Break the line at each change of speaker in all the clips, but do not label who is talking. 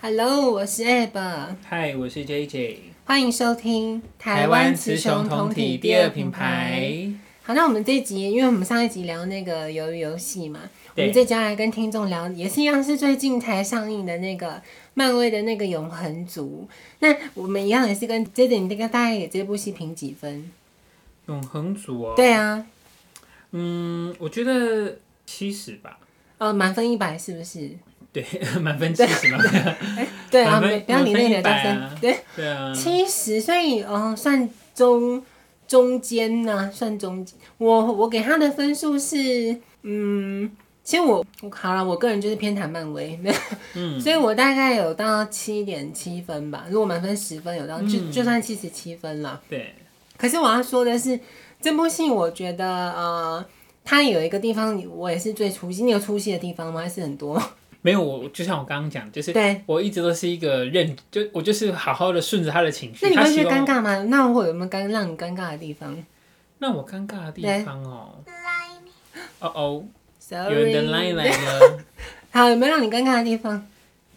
Hello，我是 Ab，
嗨，我是 JJ，
欢迎收听台湾雌。。好，那我们这一集，因为我们上一集聊那个鱿鱼游戏嘛，我
对
们这集要来跟听众聊，也是一样是最近才上映的那个漫威的那个永恒族。那我们一样也是跟 JJ，你这个大概给这部戏评几分？
永恒族哦，
对啊，
嗯，我觉得七十吧，
呃，满分一百是不是？
对，满分七十嘛，
对啊，
满分
没不要理那个
满
大
分100啊
声，对，
对啊，
七十，所以哦，算中中间呢、算中间。我我给他的分数是，嗯，其实我我好了，我个人就是偏袒漫威， 没有
嗯，
所以我大概有到七点七分吧。如果满分十分，有到就
嗯
就算七十七分了。
对，
可是我要说的是，这部戏我觉得呃，它有一个地方我也是最出戏，你有出戏的地方吗？还是很多？
没有我，就像我刚刚讲，就是
对
我一直都是一个认，就我就是好好的顺着他的情绪，
那你
他
会觉
希
得
望
尴尬吗？那我有没有尴让你尴尬的地方
那我尴尬的
对
地方哦，哦哦，有
？Sorry，
人的 line 来 了，
好，有没有让你尴尬的地方？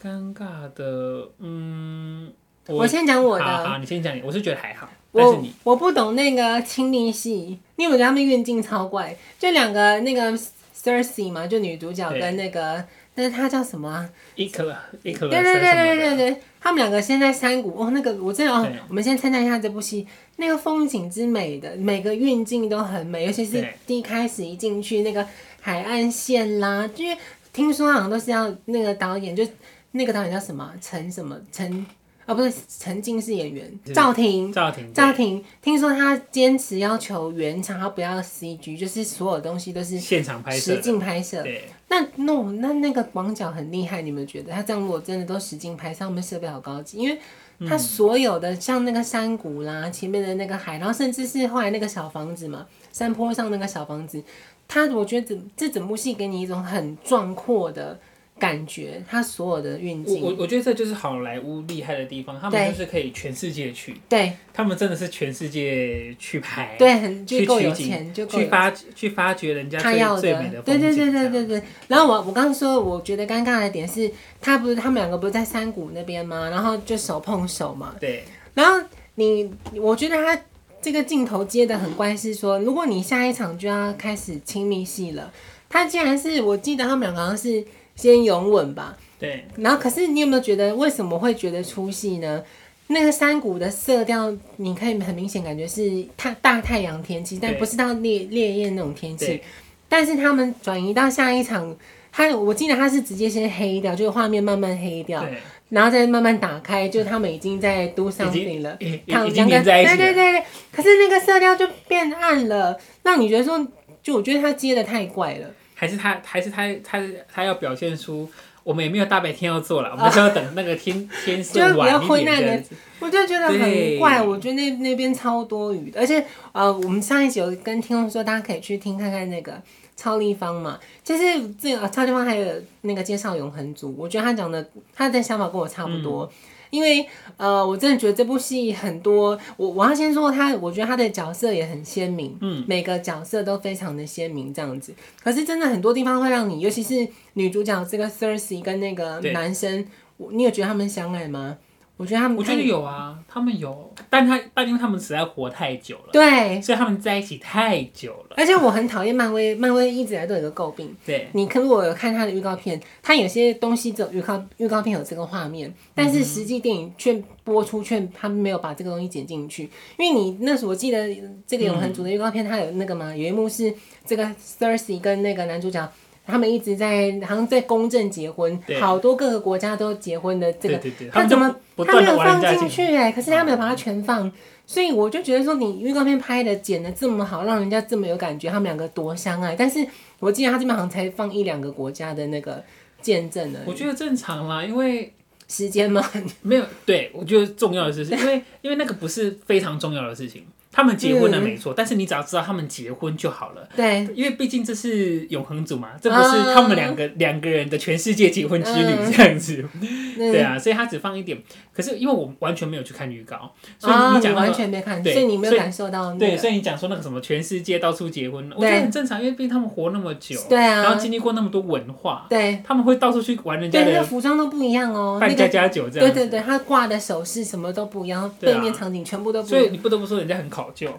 尴尬的，嗯，
我先讲我
好
的，
好，你先讲你，我是觉得还好，但是
我
你
我不懂那个亲密戏，因为我觉得他们运镜超怪，就两个那个 Cersei 嘛，就女主角
对
跟那个，但是她叫什么啊、
一颗一颗
对对对对对
对，
对，他们两个现在山谷哦，那个我真的哦
对，
我们先称赞一下这部戏，那个风景之美的，每个运镜都很美，尤其是
对
第一开始一进去那个海岸线啦，因为听说好像都是要那个导演就那个导演叫什么啊陈什么陈啊不是陈静是演员
是
赵婷
赵婷
赵婷听说她坚持要求原厂，她不要 CG，就是所有东西都是
现场拍摄
实
的，
境拍摄。
对，
那那我那那个广角很厉害，你们觉得他这样如果真的都实景拍，上面设备好高级，因为
嗯
他所有的、像那个山谷啦，前面的那个海，然后甚至是后来那个小房子嘛，山坡上那个小房子，他我觉得整这整部戏给你一种很壮阔的感觉，他所有的运
我我
镜，
我觉得这就是好莱坞厉害的地方，他们
对
就是可以全世界去，
对
他们真的是全世界去拍，
对，很就
去
够
取
有
景
钱，就够有
去发去发掘人家
他要
最
的，
最美的风
对对对
景，这
对
样
对对。然后我我刚刚说，我觉得尴尬的点是，他不是他们两个不是在山谷那边吗？然后就手碰手嘛。
对，
然后你，我觉得他这个镜头接的很怪，是说如果你下一场就要开始亲密戏了，他竟然是我记得他们两个好像是先拥吻吧，
对，
然后可是你有没有觉得为什么会觉得出戏呢？那个山谷的色调，你可以很明显感觉是太大太阳天气，但
对
不是到烈烈焰那种天气
对。
但是他们转移到下一场，他我记得他是直接先黑掉，就是画面慢慢黑掉，
对，
然后再慢慢打开，就他们已经在 do
已
something
经
了。
已已
躺
已经
两个
连在一起
对对
了，
对对，可是那个色调就变暗了，让你觉得说，就我觉得他接的太怪了。
还是他还是他他他要表现出。我们也没有大白天要做了， 我们是要等那个天天色
就是比较
晚一
昏
点
暗
这
的
样子。
我就觉得很
对
怪，我觉得那那边超多余的，而且呃，我们上一集有跟听众说，大家可以去听看看那个超立方嘛，就是这个、呃、超立方还有那个介绍永恒族，我觉得他讲的他的想法跟我差不
嗯
多。因为呃，我真的觉得这部戏很多，我我要先说他，我觉得他的角色也很鲜明，嗯，每个角色都非常的鲜明这样子。可是真的很多地方会让你，尤其是女主角这个 Cersei 跟那个
对
男生，我你有觉得他们相爱吗？我觉得他们，
我觉得有啊，他们有，但他但因为他们实在活太久了，
对，
所以他们在一起太久了。
而且我很讨厌漫威，漫威一直以来都有一个诟病。
对，
你可如果有看他的预告片，他有些东西只有预告预告片有这个画面，但
嗯
是实际电影却播出却他没有把这个东西剪进去。因为你那时候我记得这个永恒族的预告片，它有那个嘛，有一幕是这个 Cersei 跟那个男主角。他们一直在，好像在公证结婚，
对
好多各个国家都结婚的这个
对对对，
他
们
怎
就
么
不
他
断
没
的嗯
有
玩
放
家
进去哎、可是他没有把它全放，所以我就觉得说，你预告片拍的剪的这么好，让人家这么有感觉，他们两个多相爱。但是我记得他这边好像才放一两个国家的那个见证呢，
我觉得正常啦，因为
时间嘛，
没有对我觉得重要的事是，因为因为那个不是非常重要的事情，他们结婚了
嗯
没错，但是你只要知道他们结婚就好了。
对，
因为毕竟这是永恒组嘛，这
啊
不是他们两个两、个人的全世界结婚之旅这样子，
嗯那
对啊，所以他只放一点。可是因为我完全没有去看预告，所以
啊，
你讲到
完全没看，所
对
以你没有
所以
感受到那
对，
个，
所以你讲说那个什么全世界到处结婚，我
对
觉得很正常，因为毕竟他们活那么久，
对
然
啊，
后经历过那么多文化，
对
他们会到处去玩人家
对，那个
的
服装都不一样哦，那
办家
个
家酒这
对
样
对
子。
对，他挂的首饰什么都不一样，
对啊
背面场景全部都不
所
一
以
样。
你不得不说人家很考究，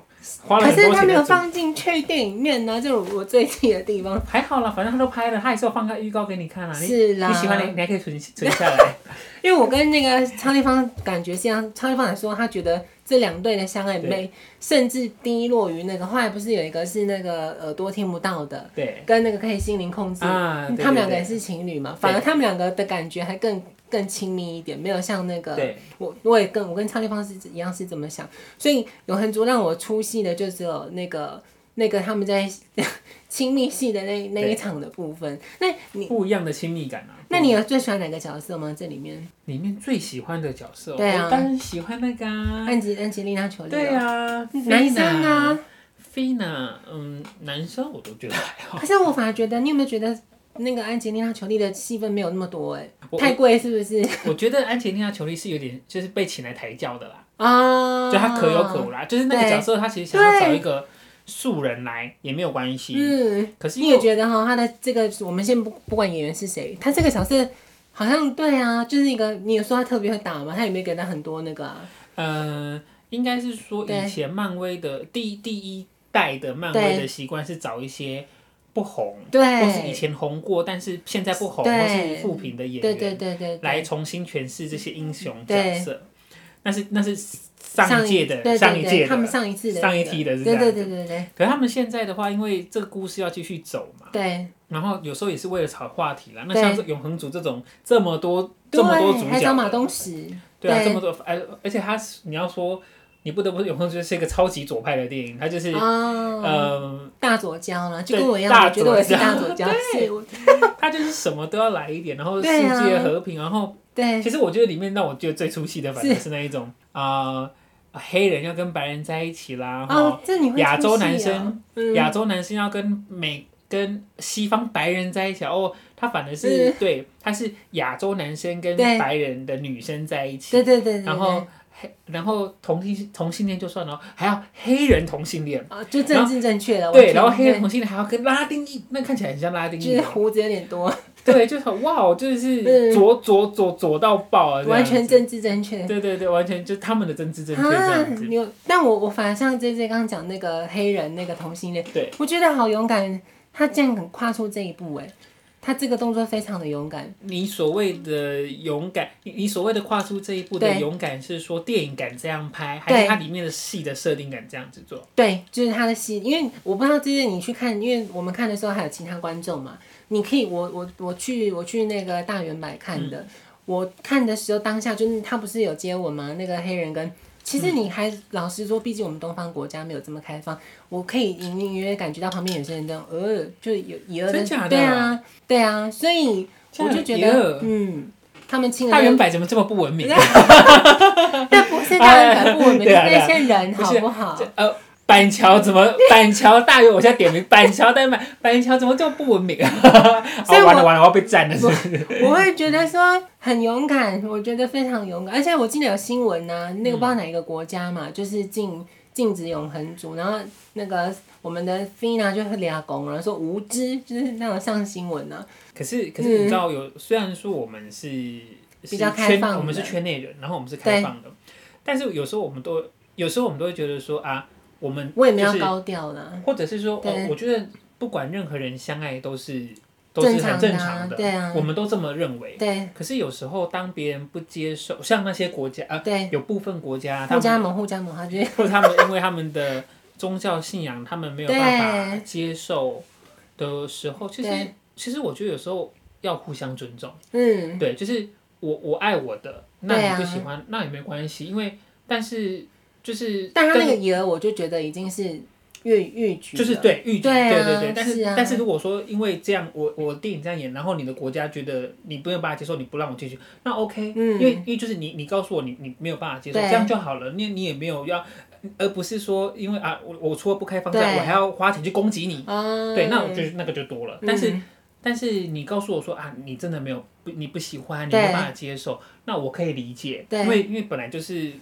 花了
可
很
是
多
他
钱
没有
在做。
放进去电影院呢，就是我最气的地方。
还好啦，反正他都拍了，他还是有放个预告给你看啦。你
是啊啦，
你喜欢你你还可以存存下 来。
因为我跟那个超立方感觉像，超立方来说，他觉得这两队的相爱
对
没，甚至低落于那个后来不是有一个是那个耳朵听不到的，
对
跟那个可以心灵控制，
啊，对
嗯他们两个
对
也是情侣嘛，反而他们两个的感觉还更更亲密一点，没有像那个
对
我我也跟我跟超立方是一样是这么想，所以永恒族让我出戏的就只有那个那个他们在 亲密戏的那那一
对
场的部分。那
对
你
不一样的亲密感啊。
那你有最喜欢哪个角色吗？这里面
里面最喜欢的角色哦，
对啊
我当然喜欢那个啊，
安吉安吉丽娜裘丽，哦
对啊，
男生啊，
菲娜，嗯，男生我都觉得还 好。
可是我反而觉得，你有没有觉得那个安吉丽娜裘丽的戏份没有那么多、欸？哎，
我
太贵是不是？
我觉得安吉丽娜·裘丽是有点就是被请来抬轿的啦，
啊，
就她可有可无啦，就是那个
对
角色她其实想要找
对
一个素人来也没有关系，
嗯，
可是
你
因
也
为
觉得哈，他的这个我们先不不管演员是谁，他这个角色好像对啊，就是一个你有说他特别会打嘛，他也没给他很多那个、啊，
呃，应该是说
对
以前漫威的第第一代的漫威
对
的习惯是找一些不红，或是
对，
以前红过但是现在不红
对
或是负评的演员，
对对对对，
来重新诠释这些英雄
对
角色。那是那是
上
上一届的
对
上一
对
届
对，
的，
他们上一次的
上一梯的是
对
这
对
样
对对对
可是他们现在的话，因为这个故事要继续走嘛，
对，
然后有时候也是为了炒话题啦。那
对
像这永恒族这种这么多
对
这么多主
还
角
找
的，
马东石，
对啊，
对
这么多，而而且他是你要说，你不得不说永恒族是一个超级左派的电影，他就是、
哦，
呃，
大左交啦，就
对
跟我一样，
大
我觉得我也是
左交
大左交，
对
是我
他就是什么都要来一点，然后世
对啊
界和平，然后
对啊
其实我觉得里面让我觉得最出戏的，反正是那一种啊、呃黑人要跟白人在一起啦，哈、
哦，这你会
亚
出
洲
戏
男
哦
生，
嗯
亚洲男生要跟美跟西方白人在一起哦，他反而是、
嗯
对，他是亚洲男生跟
对
白人的女生在一
对
起，
对对对，
然后黑然后同性同性恋就算了哦，还要黑人同性恋，
啊，就政治正确了，完
对，
全
然后黑人
对
同性恋还要跟拉丁裔，那看起来很像拉丁
就
裔
是
哦，
胡子有点多，
对，就是很哇哦，就是
嗯
左左左左到爆啊，这样
完全
子
政治正确。
对对对，完全就是他们的政治正确这
啊
样，子，
你有，但我我反而像 J J 刚刚讲那个黑人那个同性恋，
对，
我觉得好勇敢，他竟然敢跨出这一步哎，他这个动作非常的勇敢，
你所谓的勇敢，你你所谓的跨出这一步的
对
勇敢，是说电影敢这样拍，
对
还是它里面的戏的设定敢这样子做？
对，就是他的戏，因为我不知道 J J 你去看，因为我们看的时候还有其他观众嘛，你可以我我我去我去那个大圆柏看
嗯
的，我看的时候当下就是他不是有接吻吗？那个黑人跟。其
嗯
实你还老实说，毕竟我们东方国家没有这么开放，我可以隐隐约约感觉到旁边有些人这样，呃，就有以二
真假的
对啊，对啊，所以我就觉
这样耶
得，嗯，他们亲了
大原版怎么这么不文明？
但不是大圆 柏不文明，
对
是
啊对
那
啊
些人
不
好
是
不好？
这呃，板桥怎么板桥大原？我现在点名板桥大 原，板桥怎么这么不文明？
所以
哦，
我
完了完了，我要被占了是不是？
我会觉得说很勇敢，我觉得非常勇敢，而且我记得有新闻呐、那
嗯
个不知道哪一个国家嘛，就是禁禁止永恒族，然后那个我们的 Fina 就会俩拱，然后说无知，就是那种上新闻啊呐、
可是可是你知道有，虽然说我们是
嗯比
是
较开
圈
放的
我们是圈内人，然后我们是开
对
放的，但是有时候我们都有时候我们都会觉得说啊，我们
我也没有
就是
高调啦，
或者是说，哦
对
我我觉得不管任何人相爱都是都是
正
很正
常
常
的啊
的，
对啊
我们都这么认为。
对
可是有时候当别人不接受，像那些国家啊，
对，
有部分国家他
互加
们
盟互加盟，他觉得
或者他们因为他们的宗教信仰，他们没有办法
对
接受的时候，其实
对
其实我觉得有时候要互相尊重，
嗯，
对，就是我我爱我的，那
对
你
啊
不喜欢、那也没关系，因为但是就是
但他那
跟
个野儿，我就觉得已经是越越举了，
就是对预警，
对啊
对对。但
是啊
但是如果说因为这样，我我电影这样演，然后你的国家觉得你没有办法接受，你不让我进去，那 OK，
嗯
因为因为就是你你告诉我你你没有办法接受，
对
这样就好了，你你也没有要。呃而不是说因为啊，我我除了不开放之外，
对
我还要花钱去攻击你。
啊，
对，那我就那个就多了。但是
嗯
但是你告诉我说啊，你真的没有不你不喜欢，你
对
没办法接受，那我可以理解，
对
因为因为本来就是你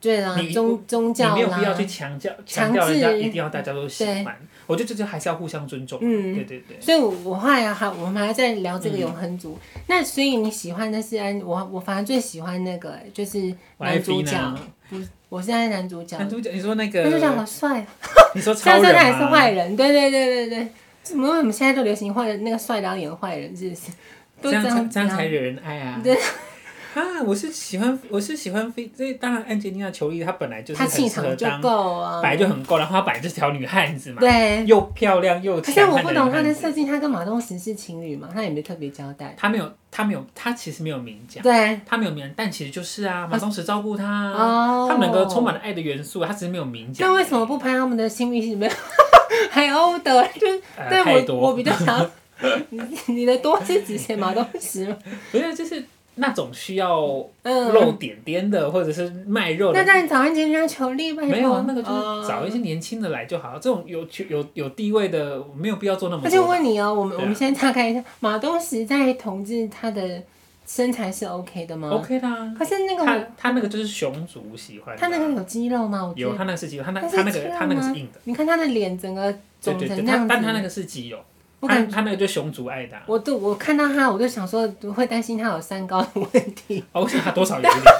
对啦，
你
宗宗教啦，
没有必要去强调
强
强调人家
制
一定要大家都喜欢，我觉得这就还是要互相尊重。
嗯
对对对，
所以我，我后来还我们还在聊这个永恒族。
嗯
那所以你喜欢的是安，我我反正最喜欢那个就是男主
我爱 Fina
角，不是，我是爱男主角，
男主角你说那
男主角
个
好帅哦，
你说
虽然
超
说
人啊
他也是
吗？
坏人，对对对对对，怎么为什么现在都流行坏人那个帅的要演坏人，是不是？都
这样才
样
这
子
样
啊
才惹人爱啊！
对
啊，我是喜欢我是喜欢非这当然安吉丽娜·裘丽她本来就是
他
很
气
适
场
合
就
当，
够啊
本，来就很够，然后她本来就是条女汉子嘛，
对。
又漂亮又
可是
强
我
悍
不
的
懂
女
他的
汉子。
设计，他跟马东石是情侣嘛？他也没特别交代。
她没有她没有她其实没有明讲，
对，
她没有明讲，但其实就是啊，马东石照顾她啊，
哦，
他们两个充满了爱的元素，她只是没有明讲。
那为什么不拍他们的亲密戏？没有， 海鸥的，就是
呃
对
太
我我
多？
比较想要，你你的多是指什么东西吗？
不是就是那种需要
嗯，
露点点的，或者是卖肉的
那在早安节目上求例拜托
没有啊，那个
哦
就是找一些年轻的来就好了。这种有权有有地位的，没有必要做那么
而且我
多吧。
问你哦，我们
对啊
我们先岔开一下，马东石在同志他的身材是 OK 的吗
OK 啦，
可是那
他
个
他那个就是熊族喜欢的
他
啊。
那个有肌肉吗？我觉
有
得，
他那个是肌肉，他那
但是
他那
这
个
样
他那个
吗
是硬的，
你看他的脸整个
对
肿
对对。
成那
他
样
但他那
子，
个是肌肉，
我
他
感
他那个就熊族爱的啊。
我都我看到他，我就想说会担心他有三高的问题。
哦，我想他多少有一点。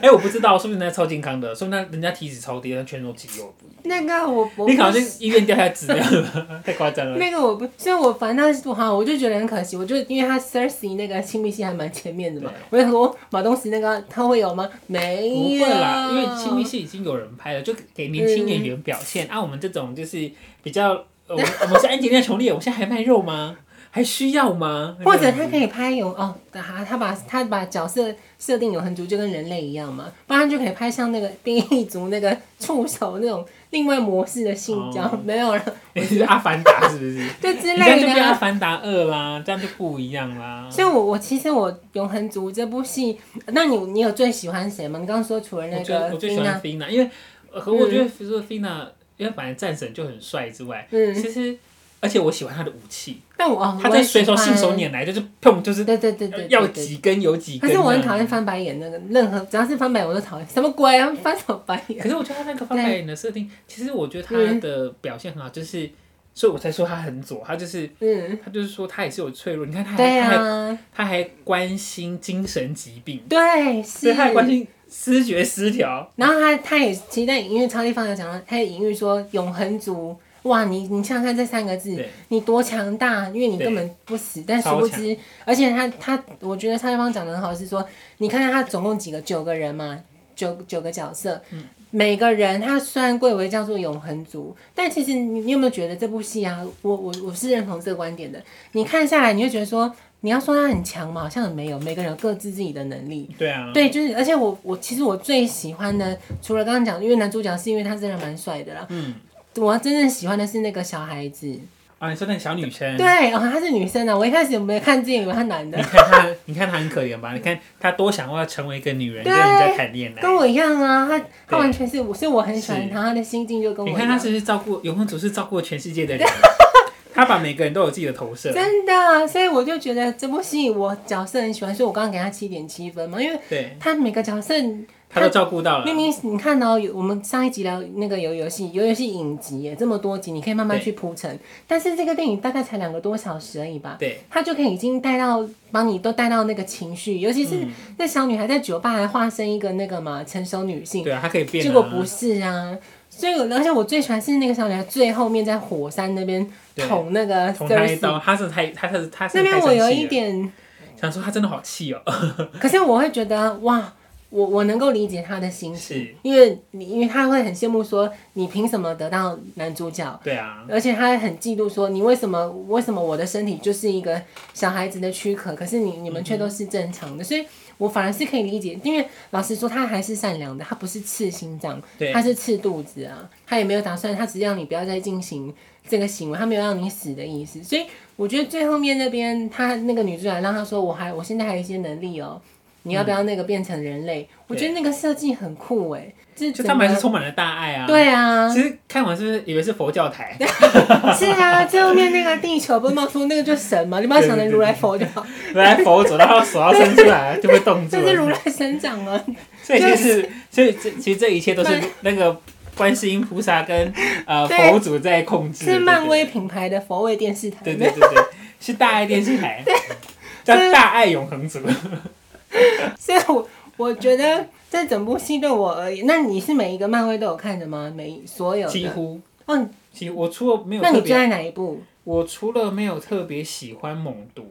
哎，我不知道，说不定人家超健康的，说不定人家体脂超低，他全都肌肉。
那个我我
你
不
考去医院掉下脂掉了， 太夸张了。
那个我不，所以我反正我好，我就觉得很可惜。我就因为他 Cersei 那个亲密戏还蛮前面的嘛
对，
我就说马东石那个他会有吗？没
不会
有
啦，因为亲密戏已经有人拍了，就给年轻演员表现。啊，我们这种就是比较， 呃我们我们是安吉丽娜·琼丽，我现在还卖肉吗？还需要吗？
或者他可以拍有哦，他他把他把角色设定永恒族就跟人类一样嘛，不然就可以拍像那个变异族那个触手那种另外模式的性交，
哦
没有了，
你 是阿凡达是不是？
就之
你这样
类
就
的
变
啊、
阿凡达二啦，这样就不一样啦。
所以我，我其实我《永恒族》这部戏，那你你有最喜欢谁吗？你刚刚说除了
我
那
觉得
个嗯
我最喜欢 Fina，因为呃和我觉得说 Fina，因为本来战神就很帅之外，
Fina，嗯，
其实而且我喜欢他的武器，
但我哦
他
我
在
也
随手
喜
信手
欢
拈来，就是碰就是
对对对对，
要
对对
几根有几
可
根。
是我很讨厌。翻白眼那个，任何只要是翻白眼我都讨厌，什么鬼啊， 翻什么白眼？
可是我觉得他那个翻白眼的设定，其实我觉得
嗯
他的表现很好，就是，所以我才说他很左，他就是
嗯，
他就是说他也是有脆弱，你看他还、
对
他还
啊，
他还关心精神疾病，
对
所
是
以。他还关心失觉失调，
然后他他也其实在隐喻超立方有讲到，他也隐喻说永恒族。哇，你你想想看这三个字
对，
你多强大，因为你
对
根本不死，但殊
超
不知，而且他他，我觉得超立方讲的很好，是说，你看看他总共几个九个人嘛，九九个角色，
嗯
每个人他虽然贵为叫做永恒族，但其实你你有没有觉得这部戏啊，我我我是认同这个观点的，你看下来你会觉得说，你要说他很强嘛，好像也没有，每个人有各自自己的能力，
对啊，
对，就是，而且我我其实我最喜欢的，除了刚刚讲的，因为男主角是因为他真的蛮帅的啦。
嗯，
我真正喜欢的是那个小孩子，
啊，你说那个小女生，
对，哦，她是女生啊，我一开始没看见，以为她男
你
的，
看她，你看她很可怜吧？你看她多想要成为一个女人，
对
跟人家谈恋爱。
跟我一样啊，她她
对
完全是我，所以我很喜欢
是
她，她的心境就跟我
你
一
看她
样，
是不是照顾永恒主是照顾全世 界的人，她把每个人都有自己的投射，
真的，所以我就觉得这部戏我角色很喜欢，所以我刚刚给她七点七分嘛，因为
对，
她每个角色
她都照顾到了。
明明你看到、有我们上一集聊那个游游戏，游游戏影集耶，这么多集，你可以慢慢
对
去铺陈。但是这个电影大概才两个多小时而已吧，
对，
他就可以已经带到把你都带到那个情绪，尤其是
嗯
那小女孩在酒吧还化身一个那个嘛成熟女性，
对啊，她可以变啊。
结果不是啊。所以我，而且我最喜欢是那个小女孩最后面在火山那边
对
捅那个
捅他一
Cersei
刀，他是太，他是他是
那边
太
我有
生
一
气了，
点
想说他真的好气哦。
可是我会觉得哇，我我能够理解他的心
是
情，因为你因为他会很羡慕说你凭什么得到男主角，
对啊，
而且他会很嫉妒说你为什么为什么我的身体就是一个小孩子的躯壳，可是你你们却都是正常的，所以我反而是可以理解，因为老实说他还是善良的，他不是刺心脏
对，
他是刺肚子啊，他也没有打算，他只是让你不要再进行这个行为，他没有让你死的意思，所以我觉得最后面那边他那个女主角让他说我还我现在还有一些能力哦、你要不要那个变成人类？我觉得那个设计很酷哎，这
就
整
他们还是
个
充满了大爱啊。，
对啊，
其实看完是不是以为是佛教台？
是啊，最后面那个地球不是冒出那个就是神嘛，你把它想成如来佛就好，
来佛祖，然后手要伸出来就会冻住
这是如
了。
来神掌啊，
所以就是，所以这其实这一切都是
漫
那个观世音菩萨跟呃
对
佛祖在控制。
是漫
对
威品牌的佛卫电视台。
对对对对，是大爱电视台，叫大爱永恒族。
所以我我觉得这整部戏对我而言，那你是每一个漫威都有看的吗？每所有的
几乎，
嗯，
几乎我除了没有
那你
特
最
别，
爱哪一部？
我除了没有特别喜欢猛毒，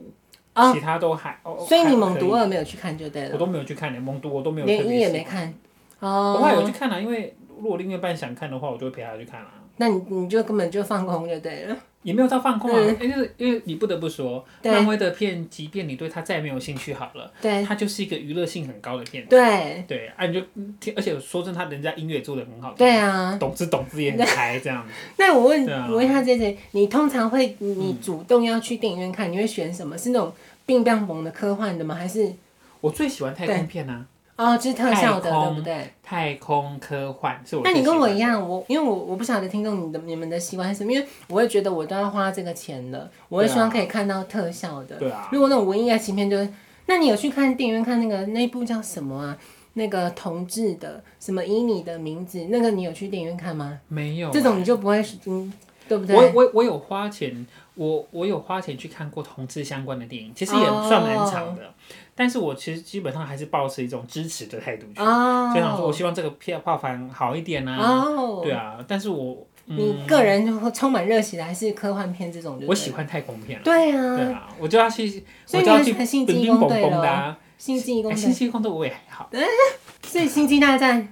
哦
其他都还哦。
所以你
还
猛
可
毒二没有去看就对
我
了，
都没有去看连猛毒我都没有特
连一
别
也
喜
没
欢。
看。
我后来有
哦
去，看了、因为如果另一半想看的话，我就会陪他去看了、
那你你就根本就放空就对了。
也没有到放空啊，
嗯
因为因为你不得不说，
对
漫威的片，即便你对它再没有兴趣好了，
对
它就是一个娱乐性很高的片。
对
对啊，你就听，而且说真的，他人家音乐做的很好，
对啊，
懂之懂之也很嗨这样子。
那我问、
对啊嗯
我问一下 J J，你通常会你主动要去电影院看，你会选什么？是那种冰冰萌的科幻的吗？还是
我最喜欢太空片啊，
哦，就是特效的，
太空
对不对？
太空科幻是我
那
最喜欢的。
你跟我一样，我因为我我不晓得听众你的你们的习惯是什么，因为我会觉得我都要花这个钱了，我会希望可以看到特效的。
啊对啊
如果那种文艺爱情片，就是，那你有去看电影院看那个那一部叫什么啊？那个同志的什么以你的名字，那个你有去电影院看吗？
没有啊
这种你就不会，嗯，对不对？
我我我有花钱，我我有花钱去看过同志相关的电影，其实也
哦
算蛮长的。但是我其实基本上还是抱持一种支持的态度去，
哦，
就想说我希望这个片票房好一点啊。
哦，
对啊，但是我嗯，
你个人就会充满热血的，还是科幻片这种就对了？
我喜欢太空片啊。
对啊，
对啊，我就要去，
所以
我就
你
要
还
去
是很信
冰
基
冰
工
蹦
队
蹦的
咯，
啊。
星际工
哎
队
星，际工队我也还好
所以星际大战，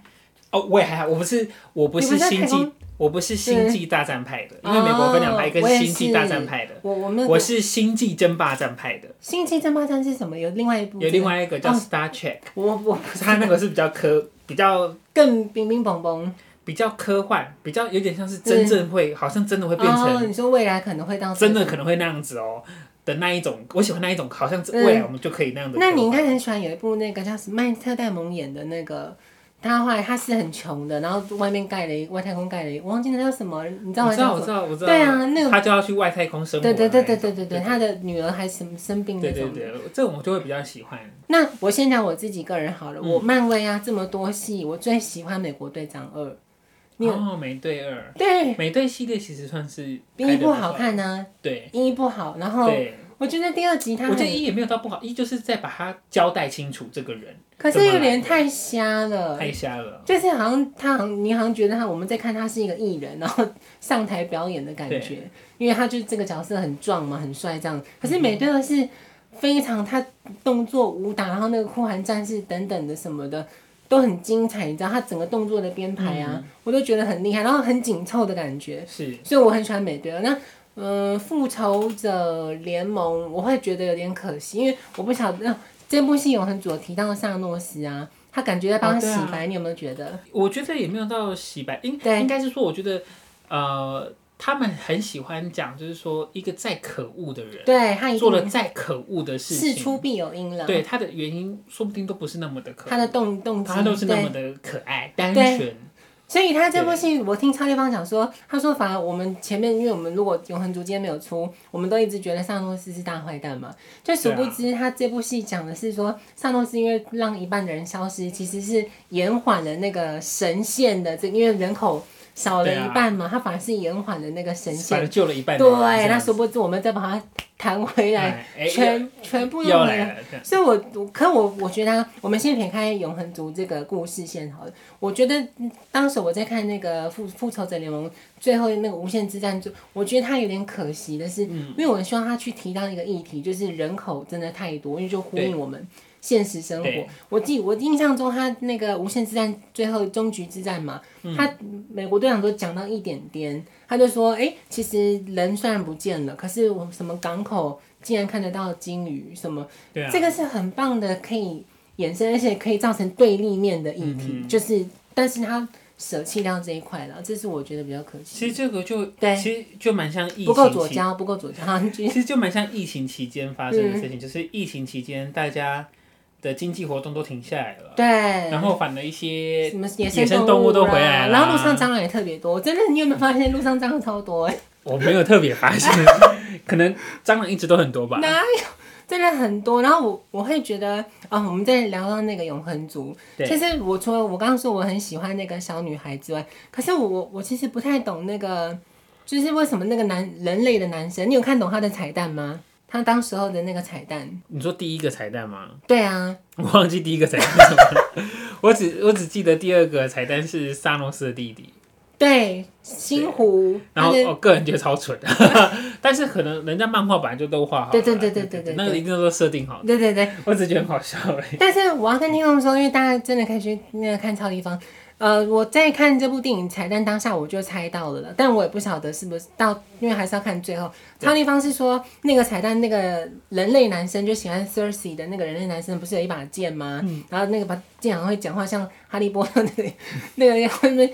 哦，我也还好，我不是我不
你
是
在
星
太空
际，我不是星际大战派的，因为美国分两派，一个
哦我也
是星际
是
大战派的，
我我们
我是星际争霸战派的。
星际争霸战是什么？有另外一部，
有另，外一个叫
哦
Star Trek，、
我我
可是它那个是比较科，比较
更冰冰蹦蹦，
比较科幻，比较有点像是真正会，好像真的会变
哦、
成
你说未来可能会当
真的可能会那样子哦的那一种。我喜欢那一种，好像
嗯
未来我们就可以那样的科
那
幻。
你应该很喜欢有一部那个叫什么曼特戴蒙演的那个，他后来他是很穷的，然后外面盖了一外太空盖了一，我忘记那叫什么，你知道
我
吗？
知
叫
道，我
什
知
么？
道，我知道。
对啊，那个
他就要去外太空生活
对
的那
对
一种。
对对对对对，
对
他的女儿还什么生病那
对
种
对
的。
对，对这种我就会比较喜欢。
那我先讲我自己个人好了，
嗯
我漫威啊这么多戏，我最喜欢美国队长二，你有、
哦，美队二，
对
美队系列其实算是
第
拍
一部
得错
好，看哦呢、
对
一不好，然后
对。
我觉得第二集他
我觉得
很
一也没有到不好，一就是在把它交代清楚这个人
可是
怎么
有点
来
太瞎了，
太瞎了。
就是好像他好像你好像觉得他我们在看他是一个艺人，然后上台表演的感觉，因为他就这个角色很壮嘛，很帅这样。可是美队的是非常他动作武打，然后那个酷寒战士等等的什么的都很精彩，你知道他整个动作的编排啊，我都觉得很厉害，然后很紧凑的感觉，
是
所以我很喜欢美队。那嗯，复仇者联盟我会觉得有点可惜，因为我不晓得、呃这部戏有很主有提到萨诺斯啊，他感觉在帮他
哦对
洗
啊
白，你有没有觉得？
我觉得也没有到洗白，应
对
应该是说，我觉得呃，他们很喜欢讲，就是说一个再可恶的人
对他一
做
定
了再可恶的事
事
情，
出必有因了，
对他的原因说不定都不是那么的可
他的动动机
他都是那么
对，
的可爱单
对
纯，
所以他这部戏我听超立方讲说，他说反而我们前面，因为我们如果永恒族今天没有出，我们都一直觉得萨诺斯是大坏蛋嘛，就殊不知他这部戏讲的是说萨诺斯因为让一半的人消失，其实是延缓了那个神线的这，因为人口少了
对啊
一半嘛，他反而是延缓了那个神
反
线。
而救了一半的人。
对，
这
那
样
殊不知我们再把它弹回来，
哎哎
全全部
又
都
又
没了
来了，这样
所以我，我可我我觉得，啊我们先撇开永恒族这个故事线好了。我觉得嗯当时我在看那个复复仇者联盟最后那个无限之战，就我觉得它有点可惜的是，因为我希望他去提到一个议题，就是人口真的太多，因为就呼应我们现实生活
对。
我记我印象中，他那个无限之战最后终局之战嘛，他美国队长都讲到一点点，他就说，哎、其实人虽然不见了，可是我们什么港口竟然看得到鲸鱼什么。
对啊，
这个是很棒的，可以衍生，而且可以造成对立面的议题，
嗯
就是，但是他舍弃掉这一块了，这是我觉得比较可惜，
其实这个就
对
其实就蛮像疫
不够
情
左
期
交， 不够左交，嗯
其实就蛮像疫情期间发生的事情，就是疫情期间大家的经济活动都停下来了，
对，
然后反而一些
什么野
野生动
物
物都回
啦
来
然后路
啦
上蟑螂也特别多，真的，你有没有发现路上蟑螂超多、欸？
我没有特别发 现，可能蟑螂一直都很多吧。
哪有？真的很多。然后我我会觉得啊、我们在聊到那个永恒族，
对
其实我除了我刚刚说我很喜欢那个小女孩之外，可是我我其实不太懂那个，就是为什么那个男人类的男神，你有看懂他的彩蛋吗？他当时候的那个彩蛋，
你说第一个彩蛋吗？
对啊，
我忘记第一个彩蛋是什么了， 我只我只记得第二个彩蛋是萨诺斯的弟弟，
对，星湖，
然后哦
他的
我个人觉得超蠢的， 但是可能人家漫画本来就都画好了啦，
对对对对对对
那个一定都设定好的，
对对对，
我只觉得很好笑欸而已。
但是我要跟听众说，因为大家真的可以去那个看超立方。呃，我在看这部电影彩蛋当下我就猜到了啦，但我也不晓得是不是到，因为还是要看最后。
对
超立方是说那个彩蛋那个人类男生就喜欢 Cersei 的那个人类男生不是有一把剑吗？
嗯
然后那个把剑好像会讲话，像哈利波特那个 那个人会那边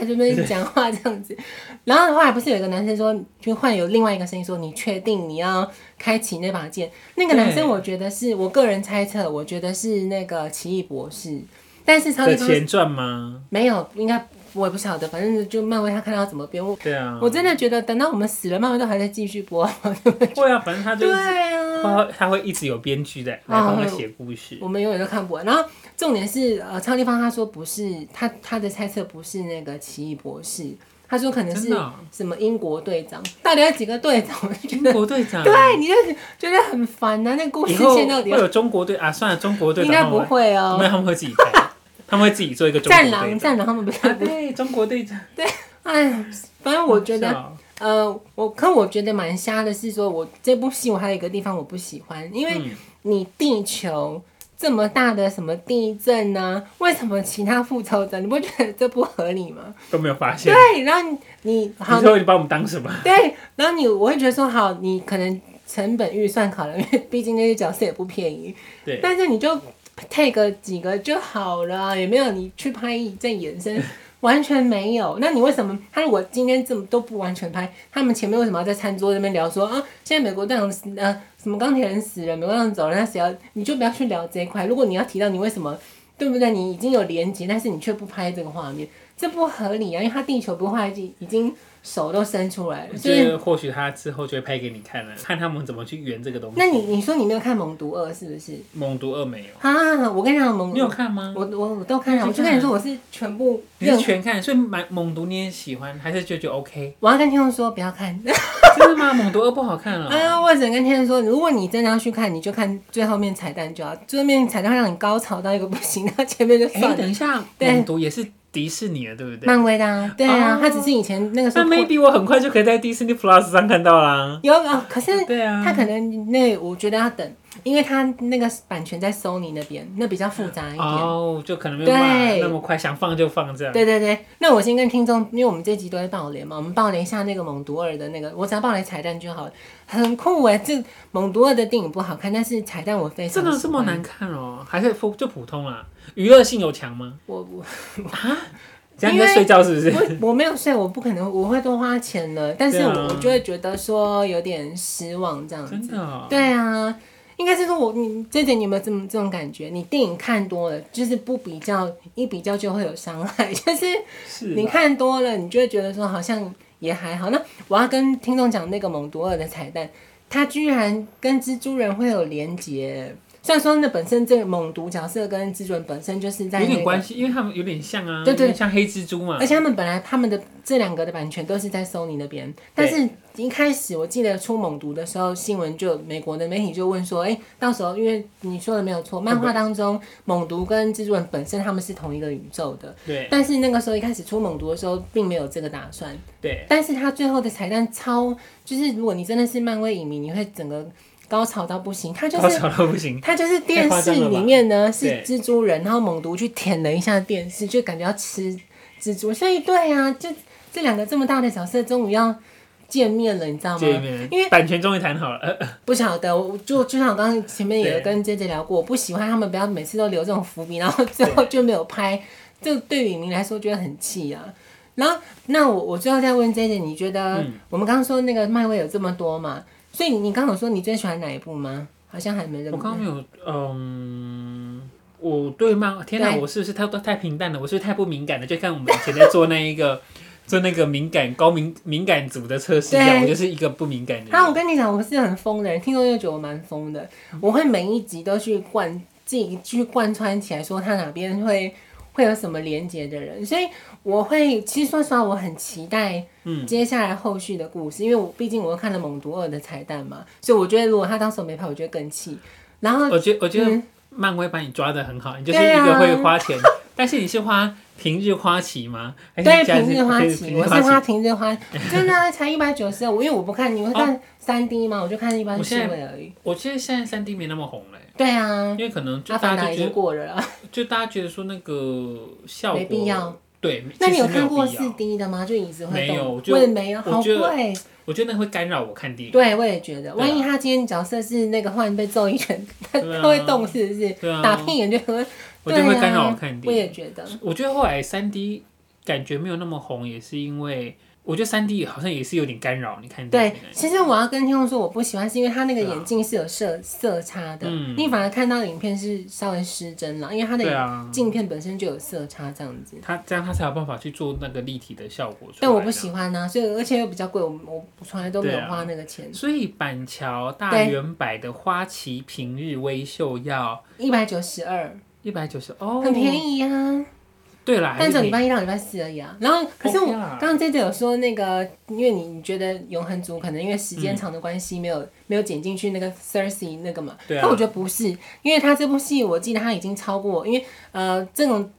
这边讲话这样子。 然后后来不是有一个男生说，就换有另外一个声音说，你确定你要开启那把剑？那个男生
对
我觉得是我个人猜测，我觉得是那个奇异博士，但是超
的
立方
前传吗？
没有，应该我也不晓得，反正就漫威他看到怎么编。我
对啊，
我真的觉得等到我们死了，漫威都还在继续播。
会啊，反正他就
对
是
啊，哦
他他会一直有编剧在来帮他写 故事。
我们永远都看不完。然后重点是，呃，超立方他说不是他他的猜测不是那个奇异博士，他说可能
真
是
的哦
什么英国队长，到底有几个队长？我就觉
英
得
国队长，
对，你就觉得很烦呐、那个故事
以后
线到底
会有中国队啊？算了，中国队
应
长
该
他
不
们
会哦、
没有，他们会自己拍，他们会自己做一个中国
战
队
狼，
长。
战狼他们不
啊，
是不，
对，中国队长。
哎呀，反正我觉
是
得，
啊
呃，我可我觉得蛮瞎的是说，我这部戏我还有一个地方我不喜欢，因为
嗯
你地球这么大的什么地震呢、为什么其他复仇者你不觉得这不合理 吗？
都没有发现。
对，然后你你好
你，说你把我们当什么？
对，然后你我会觉得说好，你可能成本预算考量，因为毕竟那些角色也不便宜，
对，
但是你就 take 几个就好了啊，也没有你去拍一阵延伸，完全没有。那你为什么他如果今天这么都不完全拍，他们前面为什么要在餐桌那边聊说啊，现在美国队长死呃什么钢铁人死了，美国队长走了，那谁要你就不要去聊这一块。如果你要提到你为什么，对不对？你已经有连接，但是你却不拍这个画面，这不合理啊！因为他地球不坏已已经手都伸出来了，
我
所
觉
以。
得或许他之后就会拍给你看了，看他们怎么去圆这个东西。
那你你说你没有看《猛毒二》是不是？
猛毒二没有？
啊，我跟你讲，《猛毒
你有看吗？
我我我都看了，
你
我
去
就
看啊
跟你说我是全部
你是
任。
全看，所以蛮猛毒你也喜欢，还是就觉得 OK？
我要跟听众说不要看，
啊 真的吗？猛毒二不好看了、
哎呀，我只能跟听众说，如果你真的要去看，你就看最后面彩蛋就好，最后面彩蛋会让你高潮到一个不行，然后前面就
哎、
算了。
等一下，
对
猛毒也是迪士尼的，对不对？
漫威的啊，对啊
哦，
他只是以前那个时
那
候
maybe 我很快就可以在 Disney Plus 上看到啦。
有啊，可是
对啊，
他可能那我觉得要等，因为他那个版权在 Sony 那边，那比较复杂一点。
哦，就可能没有办法
对
那么快，想放就放这样。
对对对，那我先跟听众，因为我们这集都会爆雷嘛，我们爆雷一下那个《猛毒二》的那个，我只要爆雷彩蛋就好了，很酷哎、这《猛毒二》的电影不好看，但是彩蛋我非常
真的
喜
这么
欢？
难看哦？还是普就普通啦？娱乐性有强吗？
我我
这样你在睡觉是不是？
我我 没有睡，我不可能我会多花钱了，但是
对
我,、
啊
我就会觉得说有点失望这样
真
子。
的、哦，
对啊，应该是说我你这点你有没有这么这种感觉？你电影看多了，就是不比较，一比较就会有伤害， 就是
是啊啦
你看多了，你就会觉得说好像也还好。那我要跟听众讲那个蒙多尔的彩蛋，它居然跟蜘蛛人会有连结。虽然说那本身这个猛毒角色跟蜘蛛人本身就是在、那
有
个、
点关系，因为啊他们有点像啊，
对对哎
有点像黑蜘蛛嘛
而。且他们本来他们的这两个的版权都是在 Sony 那边，但是一开始我记得出猛毒的时候，新闻就美国的媒体就问说，哎、到时候因为你说的没有错，漫画当中猛毒跟蜘蛛人本身他们是同一个宇宙的，
对
但是那个时候一开始出猛毒的时候，并没有这个打算。
对，
但是他最后的彩蛋超，就是如果你真的是漫威影迷，你会整个高潮到不行。他就
高
是
潮到不行。
他就是电视里面呢是蜘蛛人，然后猛毒去舔了一下电视，就感觉要吃蜘蛛。所以对啊，就这两个这么大的角色终于要见面了，你知道
见
吗？
面，
因为
版权终于谈好了，呃
不晓得，我就就像我刚刚前面也
对
有跟 J J 聊过，我不喜欢他们不要每次都留这种伏笔，然后最后就没有拍，这对影迷来说觉得很气啊。然后，那我我最后再问 J J，你觉得
嗯
我们刚刚说那个漫威有这么多嘛？所以你刚刚有说你最喜欢哪一部吗？好像还没认
我刚刚没有，嗯，我对漫，天哪，
对
我是不是太太平淡了？我是不是太不敏感了？就看我们以前在做那一个做那个敏感高敏敏感组的测试一样，
对
我就是一个不敏感的
啊，我
人。
跟你讲，我是很疯的人，听众就觉得我蛮疯的。我会每一集都去贯自己去贯穿起来，说他哪边会会有什么连接的人，所以我会其实说实话，我很期待
嗯
接下来后续的故事，因为我毕竟我又看了《猛毒二》的彩蛋嘛，所以我觉得如果他到时候没拍，我觉得更气。然后
我觉我觉得
嗯
漫威把你抓的很好，你就是
对
一
啊
个会花钱， 但是你是花平日花期吗？还是
对
假日
平日花
平
期，
日
我是
花期
花平日花，真的啊才一百九十，我因为我不看，你会看三 D 吗？我就看一般
哦我
趣
现在
味而已。
我觉得现在三 D 没那么红嘞、
对啊
因，为可能就
阿凡
大家
达
就
已
觉
经
得，
过了啦。
就大家觉得说那个效果
没必要。
对，
那你
其
有
实没
看过
必要
四 D 的吗？就椅子会
没有
动
我
吗？
就
我也没有，
我
好
觉得
贵。
我觉得那会干扰我看电影。
对，我也觉得，
啊
万一他今天角色是那个忽然被揍一拳， 他
对啊
他会动是不是？
对啊，
打屁眼就会，
我就会
对啊
干扰我看
我
电影。
也觉得。
我觉得后来三 D 感觉没有那么红，也是因为我觉得三 D 好像也是有点干扰你看电
对
影。，
其实我要跟听众说，我不喜欢是因为他那个
对啊
眼镜是有色色差的，
嗯
你反而看到的影片是稍微失真了，因为他
对
的
啊，
镜片本身就有色差这样子。
他这样他才有办法去做那个立体的效果出来。
但我不喜欢啊，所以而且又比较贵，我我从来都没有
对啊
花那个钱，
所以板桥大
对
圆柏的花旗平日微秀要
一百九十二，
一百九十哦，
很便
宜。
宜啊。
对啦，
但只有礼
还是
拜一到礼拜四而已啊。然后，可是我
OK 啦
刚刚 J J 有说那个，因为你你觉得永恒族可能因为时间长的关系，没有、没有剪进去那个 Cersei 那个嘛。
对啊
但我觉得不是，因为他这部戏我记得他已经超过，因为呃这种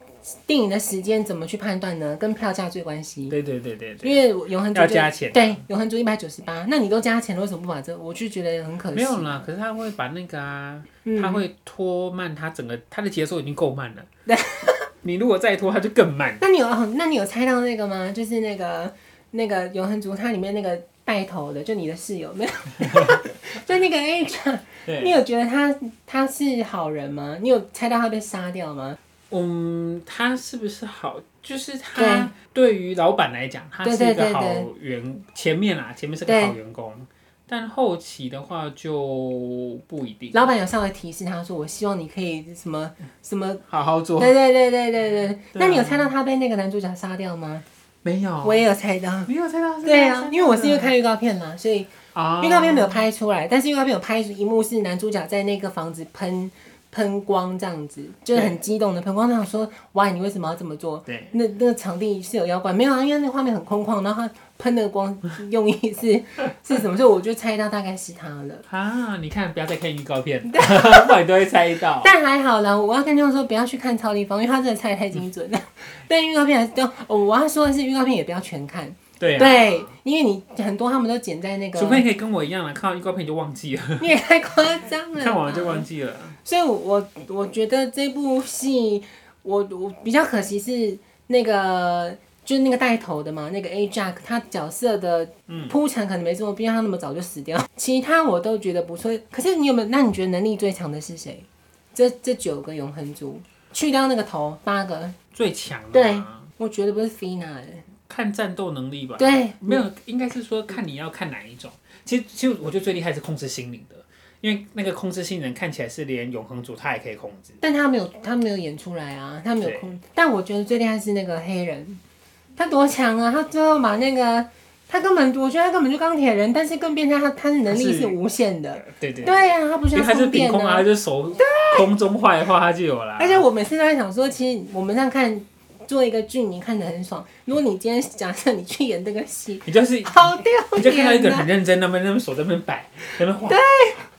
电影的时间怎么去判断呢？跟票价最关系。
对对对对对，
因为永恒族
要
就
加钱
对，永恒族一百九十八，那你都加钱了，为什么不把这？我就觉得很可惜。
没有啦。可是他会把那个啊，
嗯
他会拖慢他整个他的节奏已经够慢了。你如果再拖，他就更慢。
那你有哦那你有猜到那个吗？就是那个那个永恒族它里面那个带头的，就你的室友没有？ 就那个 H，你
对，
有觉得他他是好人吗？你有猜到他被杀掉吗？
嗯，他是不是好？就是
对
他对于老板来讲，他
对
是一
对对
个好员。前面啊，前面是个
对
好员工，但后期的话就不一定。
老板有稍微提示他说，我希望你可以什么什么。
好好做，
对对对对对对，那你有
对啊
猜到他被那个男主角杀掉吗？
没有，
我也有猜到。
没有猜到。
对啊，因为我是因为
看
看预告片嘛，所以
啊，
预告片没有拍出来，但是预告片有拍一幕是男主角在那个房子喷喷光这样子，就是很激动的喷光。他想说：“哇，你为什么要这么做？”
对，
那那个场地是有妖怪没有啊？因为那个画面很空旷，然后他喷的光用意是 是什么？所以我就猜到大概是他了。
啊，你看，不要再看预告片，不然你都会猜到。
但还好啦，我要跟他们说不要去看超立方，因为他真的猜得太精 准了。但预告片还是都，哦我要说的是预告片也不要全看，
对啊，
对，因为你很多他们都剪在那个，
除非你可以跟我一样啊，看到预告片就忘记了，
你也太夸张了吧，
看完就忘记了。
所以我，我我觉得这部戏，我我比较可惜是那个，就是那个带头的嘛，那个 A Jack，他角色的铺陈可能没这么必要，他那么早就死掉。其他我都觉得不错，可是你有没有？那你觉得能力最强的是谁？这这九个永恒族，去掉那个头八个，
最强的
对
嘛
我觉得不是 Fina 欸
看战斗能力吧。
对，
没有，应该是说看你要看哪一种。其实，其实我觉得最厉害是控制心灵的，因为那个控制心灵看起来是连永恒族他也可以控制。
但他没有，他没有演出来啊，他没有空。但我觉得最厉害是那个黑人，他多强啊！他最后把那个，他根本，我觉得他根本就钢铁人，但是更变态，他他的能力是无限的。
对对
对啊，他不需
因
要
为他是
充
凭
电
空啊，他啊
啊。
就手空中画一画，他就有啦。
而且我每次都在想说，其实我们这样看做一个剧，你看得很爽。如果你今天假设你去演这个戏，
你就是
好丢
你就看到一
脸
个
的、
人很认真，那边那边手在那边摆，在那边画，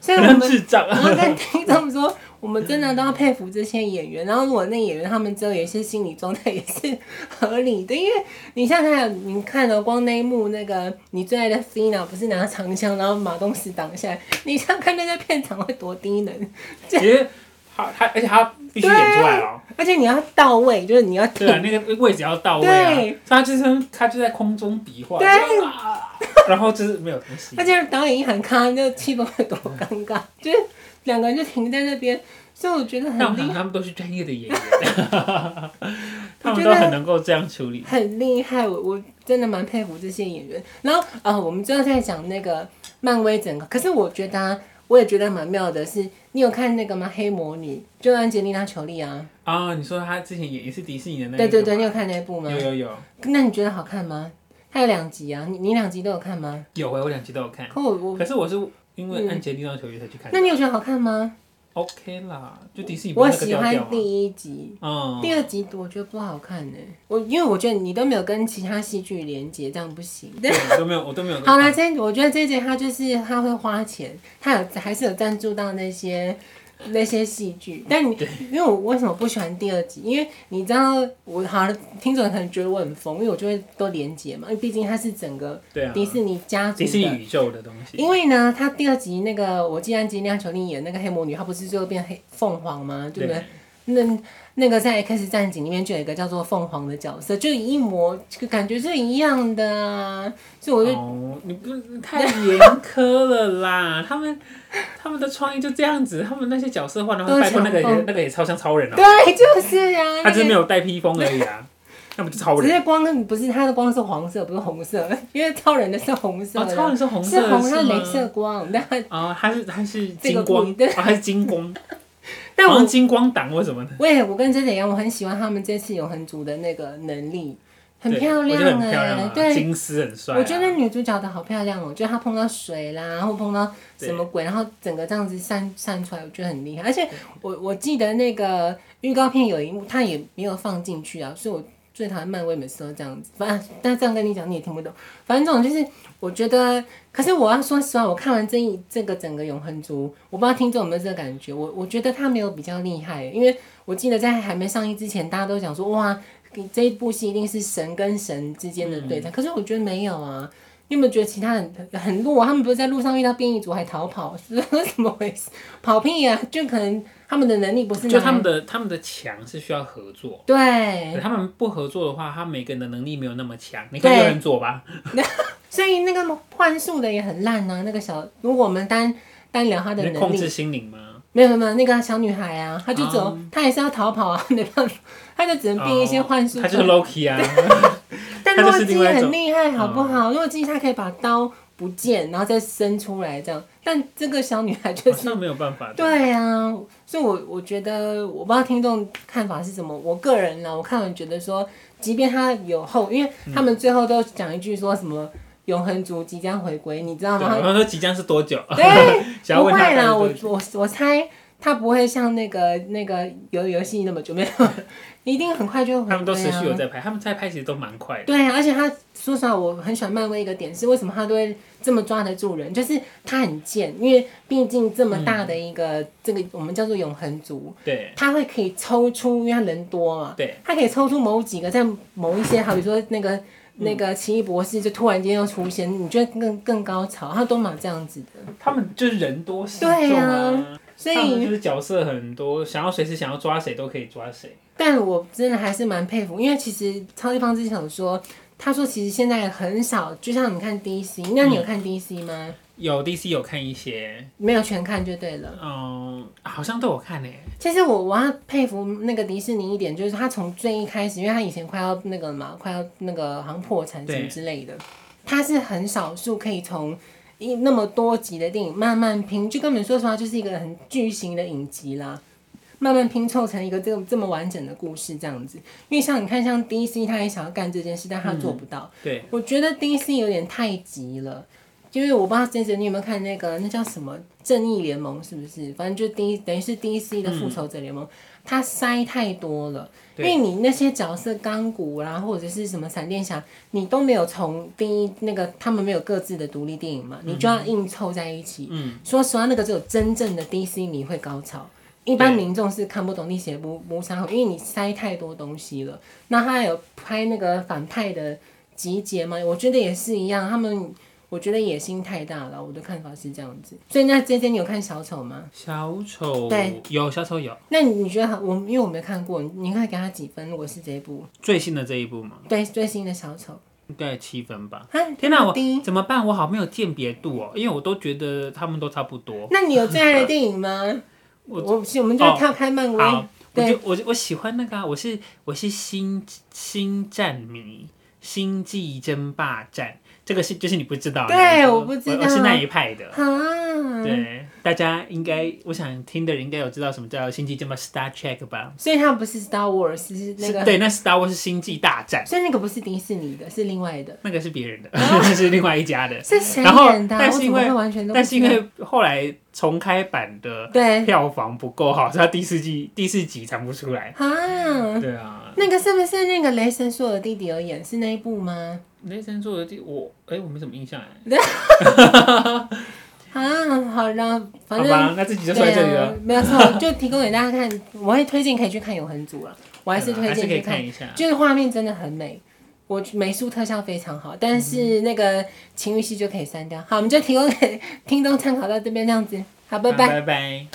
所以我
很像
们
智障
然
啊。
后跟听众说，我们真的都要佩服这些演员。然后，如果那演员他们之后有一些心理状态也是合理的，因为你像他，你看了光那一幕，那个你最爱的 Fina 不是拿长枪，然后马东石挡下来，你想看那在片场会多低能？
其实他他，而且他必须演出来哦。
而且你要到位，就是你要
对啊，那个位置要到位啊，所
对
以他就是他就在空中比划，
对
就啊然后就是没有东西
而。且导演一喊咔，那气氛会多尴尬，就是两个人就停在那边，所以我觉得很
但我
厉
想
害，
他们都是专业的 演员，他
我觉得
们都很能够这样处理。
很厉害，我我真的蛮佩服这些演员。然后啊、呃我们最后在讲那个漫威整个，可是我觉得、啊、我也觉得蛮妙的是，你有看那个吗？黑魔女，就安吉丽娜·裘丽啊。
啊、你说他之前演也是迪士尼的那一
对对
个
对，
吗
你有看那部吗？
有有有
那你觉得好看吗？它有两集啊，你你两集都有看吗？
有哎，我两集都有看，
可我我，
可是我是因为
嗯
安吉丽娜裘丽才去看的。
那你有觉得好看吗？
OK 啦，就迪士尼不
我
是那个
喜
调调
欢
吗？
第一集，
嗯，
第二集我觉得不好看呢、我因为我觉得你都没有跟其他戏剧连接，这样不行。
对我都没有，我都没有。
好啦，这我觉得这一集他就是他会花钱，他有还是有赞助到那些那些戏剧，但你因为我为什么不喜欢第二集？因为你知道我好了，听众可能觉得我很疯，因为我就会都连接嘛，因为毕竟它是整个
对啊，
迪士尼家族
迪士尼
的。
宇宙的东西。
因为呢，他第二集那个我既然吉亮球丽演那个黑魔女，她不是最后变黑凤凰吗？对不对？那那个在《X 战警》里面就有一个叫做凤凰的角色，就一模就感觉是一样的啊，所以我就
哦，你不太严苛了啦！ 他们他们的创意就这样子，他们那些角色换了，
都
换，
是
拜托那个
强
也
风
那个也超像超人哦、
对，就是啊，
他只是没
有，
有带披风而已 啊，那不就超
只
人？
是光不是他的光是黄色，不是红色，因为超人的是红色
哦，
的，
超人是红色
是
的
红色
吗
镭射光，但
哦，他是他是
这个
金
不
光，
一
哦
定，
他是金光，
但
好像
我
金光党为什么呢？
我也我跟珍姐一样，我很喜欢他们这次永恒族的那个能力，很
对
漂
我觉得
亮
很漂亮
哎、
啊，
对。
金丝很帅、啊。
我觉得女主角的好漂亮哦，就是她碰到水啦，然后碰到什么鬼，然后整个这样子散散出来，我觉得很厉害。而且我我记得那个预告片有一幕，她也没有放进去啊，所以我最讨厌漫威每次都这样子。反正但这样跟你讲你也听不懂。反正这种就是我觉得，可是我要说实话，我看完这一这个整个永恒族，我不知道听众有没有这个感觉，我我觉得他没有比较厉害，因为我记得在还没上映之前，大家都讲说哇。这一部戏一定是神跟神之间的
嗯
对战，可是我觉得没有啊。你有没有觉得其他人很很弱、啊？他们不是在路上遇到变异族还逃跑，是 怎么回事？跑屁呀、就可能他们的能力不是
就
拿
他们的他们的强是需要合作。
对，
可他们不合作的话，他每个人的能力没有那么强。你看
哎对
有人做吧，
所以那个幻术的也很烂啊。那个小，如果我们单单聊他的
你
能
控
力，
制心灵吗？
没有没有没有那个小女孩啊，她就只有
哦
她也是要逃跑啊，没 办法，她就只能变一些幻术出
哦
来。
他就是 Loki 啊。
但
他
洛
就是
基
另外一
很
种嗯
厉害，好不好？洛基他可以把刀不见，然后再伸出来这样，但这个小女孩 就
好
是。
像没有办法的。
对啊，所以我，我觉得我不知道听众看法是什么。我个人呢，我看完觉得说，即便他有后，因为他们最后都讲一句说什么“永恒族即将回归”，你知道
对，
吗？
然后说即将是多久？
啊对，
啊 想要
不
问他
会啦，
多
我
久？
我我猜他不会像那个那个游游戏那么久，没有，一定很快就回归、啊。
他们都持续有在拍，他们在拍其实都蛮快的。
对啊，而且他说实话，我很喜欢漫威一个点是，为什么他都会这么抓得住人，就是他很贱，因为毕竟这么大的一个、这个我们叫做永恒族，
对
他会可以抽出，因为他人多嘛，
对，
他可以抽出某几个在某一些，好比说那个。那个奇异博士就突然间又出现，你觉得更更高潮？他都嘛这样子的，
他们就是人多势众
对
啊
啊，所以
他们就是角色很多，想要随时想要抓谁都可以抓谁。
但我真的还是蛮佩服，因为其实超立方之前有说，他说其实现在很少，就像你看 DC，那你有看 DC 吗？
有 DC 有看一些，
没有全看就对了。
嗯，好像都有看诶、
其实我我要佩服那个迪士尼一点，就是他从最一开始，因为他以前快要那个嘛，快要那个好像破产什么
对
之类的，他是很少数可以从一那么多集的电影慢慢拼，就根本说实话就是一个很巨型的影集啦，慢慢拼凑成一个这个这么完整的故事这样子。因为像你看，像 DC 他也想要干这件事，但他做不到。
对，
我觉得 DC 有点太急了，就是我不知道先生你有没有看那个那叫什么《正义联盟》是不是？反正就 D 等于是 DC 的复仇者联盟，它塞太多了。因
对
为你那些角色钢骨啦，或者是什么闪电侠，你都没有从第一那个他们没有各自的独立电影嘛，你就要硬凑在一起。
嗯，
说实话，那个只有真正的 DC 迷会高潮，一般
对
民众是看不懂你写不不伤好，因为你塞太多东西了。那他还有拍那个反派的集结嘛，我觉得也是一样，他们我觉得野心太大了，我的看法是这样子。所以那这些你有看小丑吗？
小丑
对
有小丑有
那你觉得好我因为我没看过，你可以给他几分？如果是这一部
最新的这一部吗？
对最新的小丑，
应该七分吧。
啊
天哪、
这么
我
低
怎么办？我好没有鉴别度哦，因为我都觉得他们都差不多。
那你有最爱的电影 吗？我我我们就
哦
跳开漫威，
好，我
对
就我就我喜欢那个、啊，我是我是星星战迷，星际争霸战，这个是就是你不知道的，
对
这个
我不知道
我是那一派的。
啊，，
对，大家应该，我想听的人应该有知道什么叫星际争霸 Star Trek 吧？
所以它不是 Star Wars，是那
是
个，
对，那 Star Wars 是星际大战，
所以那个不是迪士尼的，是另外的，
那个是别 人的，那是另外一家的。
是谁
然后
演的啊？
但
我
是
怎
因
么
为
会完全都不
但是因
知道
为后来重开版的
对
票房不够好，所以它第四季第四集产不出来。
啊，
对啊，
那个是不是那个雷神索尔弟弟有演是那一部吗？
雷神做的第我哎、我没什么印象哎。
啊，好，然后反
好
正
吧，那这集就说到这里
对
了
啊。，没有错，就提供给大家看。我会推荐可以去看永恒族了，我还是
对啊
推荐
可以
去看，
一下。
就是画面真的很美，我美术特效非常好，但是那个情欲戏就可以删掉。好，我们就提供给听众参考到这边这样子。好，拜拜
嗯好。拜拜。